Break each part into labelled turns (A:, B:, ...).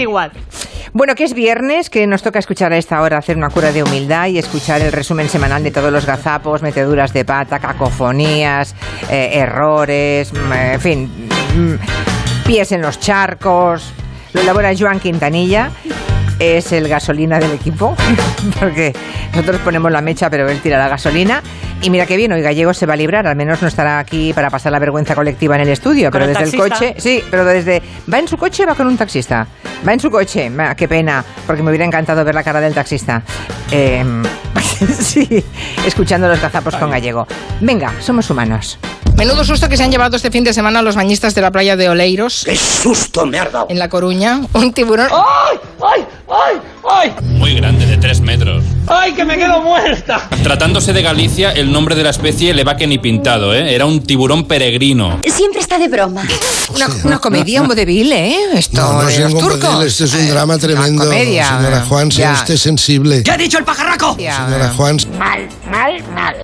A: Igual.
B: Bueno, que es viernes, que nos toca escuchar a esta hora hacer una cura de humildad y escuchar el resumen semanal de todos los gazapos, meteduras de pata, cacofonías, eh, errores, mm, en fin, mm, pies en los charcos. Lo elabora Joan Quintanilla, es el gasolina del equipo, porque nosotros ponemos la mecha, pero él tira la gasolina. Y mira qué bien, hoy Gallego se va a librar, al menos no estará aquí para pasar la vergüenza colectiva en el estudio,
A: Con
B: pero
A: el
B: desde el
A: taxista.
B: coche Sí, pero desde. ¿Va en su coche o va con un taxista? Va en su coche. Ma, qué pena, porque me hubiera encantado ver la cara del taxista. Eh, sí, escuchando los gazapos con gallego. Venga, somos humanos.
C: Menudo susto que se han llevado este fin de semana los bañistas de la playa de Oleiros,
D: ¡Qué susto me has dado!
C: en La Coruña. Un tiburón.
E: Oh.
F: ¡Ay! ¡Ay! ¡Ay! ¡Ay!
G: muy grande, de 3 metros.
F: ¡Ay, que me quedo muerta!
G: Tratándose de Galicia, el nombre de la especie le va que ni pintado, ¿eh? Era un tiburón peregrino.
E: Siempre está de broma.
C: Una, una comedia, un vodevil, ¿eh? Esto
H: No, no
C: de
H: sean
C: los turcos. Eh,
H: compatibles. Este es un drama tremendo,
B: Eh, comedia,
H: señora Juan. este Sea
B: ya. Ah,
H: usted sensible.
D: ¿Qué ha dicho el pajarraco?
H: Señora Juan,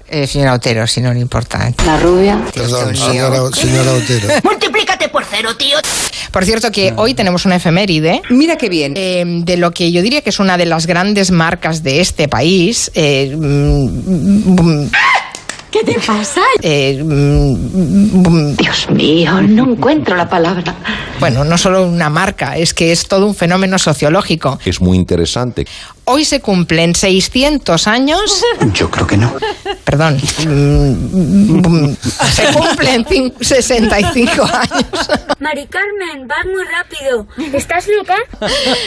B: Eh, señora Otero, si no le
C: ¿eh?
B: importa.
E: La rubia.
H: perdón,
B: Dios mío.
H: señora, señora Otero.
E: Multiplícate por cero, tío.
C: Por cierto, que hoy tenemos una efeméride.
B: Mira qué bien.
C: eh, de lo que yo diría que es una de las grandes marcas de este país. eh, mm, mm,
E: ¿Qué te pasa?
C: eh, mm, mm,
E: Dios mío, no encuentro la palabra.
C: bueno, no solo una marca, es que es todo un fenómeno sociológico.
I: es muy interesante.
C: Hoy se cumplen 600 años
D: Yo creo que no.
C: perdón, mm, mm, se cumplen cin- 65 años.
E: Mari Carmen, vas muy rápido. ¿Estás loca?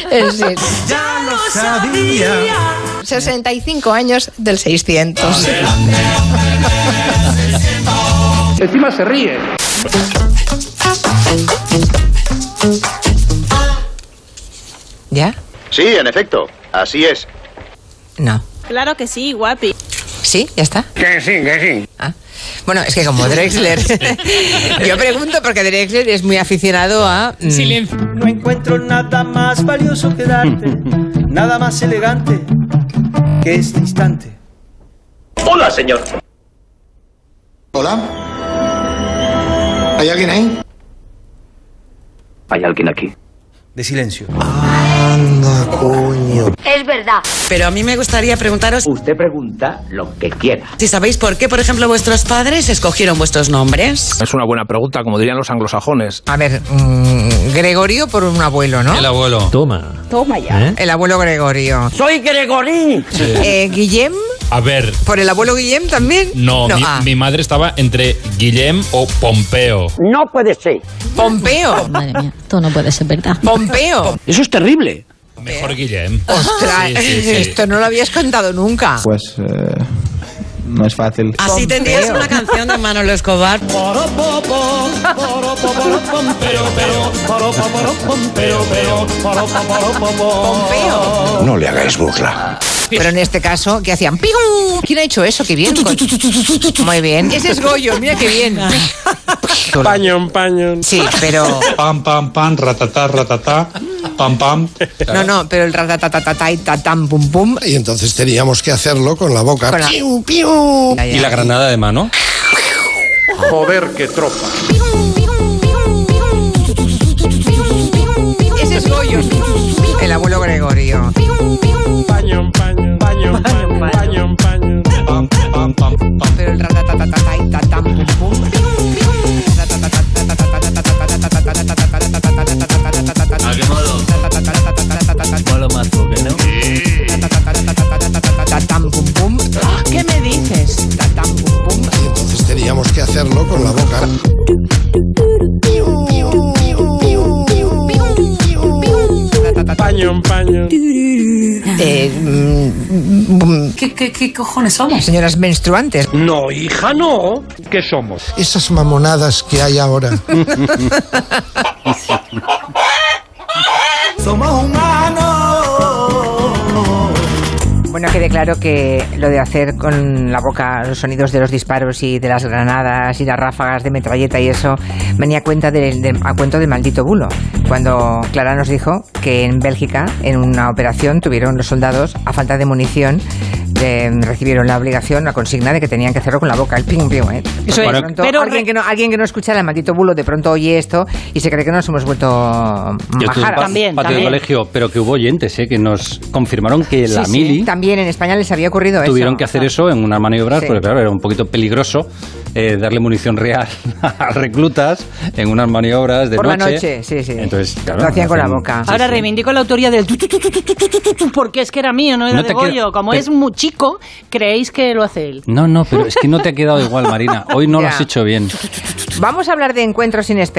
C: Es decir, 65 años del 600.
F: Encima se ríe.
B: ¿Ya?
I: Sí, en efecto, así es.
B: No.
A: Claro que sí, guapi.
B: ¿Sí? ¿Ya está? Que sí, que sí. Bueno, es que como Drexler. yo pregunto porque Drexler es muy aficionado a. mm,
F: No encuentro nada más valioso que darte, nada más elegante que este instante.
D: Hola, señor.
H: Hola. ¿Hay alguien ahí?
D: ¿Hay alguien aquí?
F: De silencio.
E: Es verdad.
J: Pero a mí me gustaría preguntaros
D: Usted pregunta lo que quiera.
J: si sabéis por qué, por ejemplo, vuestros padres escogieron vuestros nombres.
G: Es una buena pregunta, como dirían los anglosajones.
B: A ver, mm, Gregorio por un abuelo, ¿no?
G: El abuelo.
K: Toma.
A: Toma ya.
G: ¿Eh?
B: El abuelo Gregorio.
D: ¡Soy Gregorín!
B: Eh, Guillem,
G: A ver,
B: por el abuelo Guillem también.
G: no, mi,
B: ah,
G: mi madre estaba entre Guillem o Pompeo.
D: No puede ser.
B: Pompeo.
E: Madre mía, esto no puede ser verdad.
B: Pompeo.
D: Eso es terrible.
G: Mejor Guillem.
B: Ostras,
G: Sí, sí, sí.
B: esto no lo habías contado nunca.
K: Pues no es fácil.
J: Así tendrías una canción de Manolo Escobar.
B: Pompeo.
I: No le hagáis burla.
B: Pero en este caso, ¿qué hacían? ¡Pium! ¿Quién ha hecho eso? ¡Qué bien! Muy bien. Ese es Goyo, mira qué bien.
K: Pañón, pañón.
B: Sí, pero.
K: Pam, pam, pam, ratatá, ratatá. Pam, pam.
B: No, no, pero el ratatatatá y tatam pum pum.
H: Y entonces teníamos que hacerlo con la boca.
B: Con la-
H: ¡Piu, piu!
B: Ya, ya.
G: granada de mano?
F: Joder, qué tropa.
B: Ese es Goyo. El abuelo Gregorio.
K: Pañón, pañón. Pañón, pañón. Pañón, pañón. Pam, pam, pam, pam.
B: Pero el ratatatatá y tatam pum pum.
F: ¿A qué modo? Polo más ¿no?
B: Tatam pum pum.
A: ¿Qué me dices?
B: Tatam pum pum.
H: Y entonces teníamos que hacerlo con la boca.
K: Pañón, pañón.
C: Eh, mm, mm,
J: ¿Qué, qué, qué cojones somos?
B: Señoras menstruantes.
F: No, hija, no. ¿Qué somos?
H: Esas mamonadas que hay ahora.
F: Somos humanos.
B: Bueno, quede claro que lo de hacer con la boca los sonidos de los disparos y de las granadas y las ráfagas de metralleta y eso venía cuenta del- del- a cuento del maldito bulo. Cuando Clara nos dijo que en Bélgica, en una operación, tuvieron los soldados, a falta de munición, eh, recibieron la obligación, la consigna de que tenían que hacerlo con la boca, el ping ping. ¿eh?
A: Eso
B: De
A: es.
B: pronto,
A: Pero
B: alguien,
A: re-
B: que no, alguien que no escucha el maldito bulo de pronto oye esto y se cree que nos hemos vuelto
L: Yo estuve en
B: majaras.
L: pa- patio de colegio, pero que hubo oyentes eh, que nos confirmaron que la
B: Sí, sí,
L: mili
B: también en España les había ocurrido
L: tuvieron
B: eso.
L: que hacer eso en unas maniobras,
B: Sí.
L: porque claro, era un poquito peligroso eh, darle munición real a reclutas en unas maniobras de
B: Por la
L: noche.
B: noche, sí, sí.
L: Entonces, claro,
B: Lo hacían con la boca.
L: sí,
A: Ahora
L: sí.
A: reivindico la autoría del tu, tu, tu, tu, tu, tu, tu, tu, tu, porque es que era mío, no era
L: No
A: de
L: te quiero-
A: Goyo. Como
L: te-
A: es muy chico, creéis que lo hace él.
L: No, no, pero es que no te ha quedado igual, Marina. Hoy no lo has
B: Ya.
L: hecho bien.
B: Vamos a hablar de encuentros inesperados.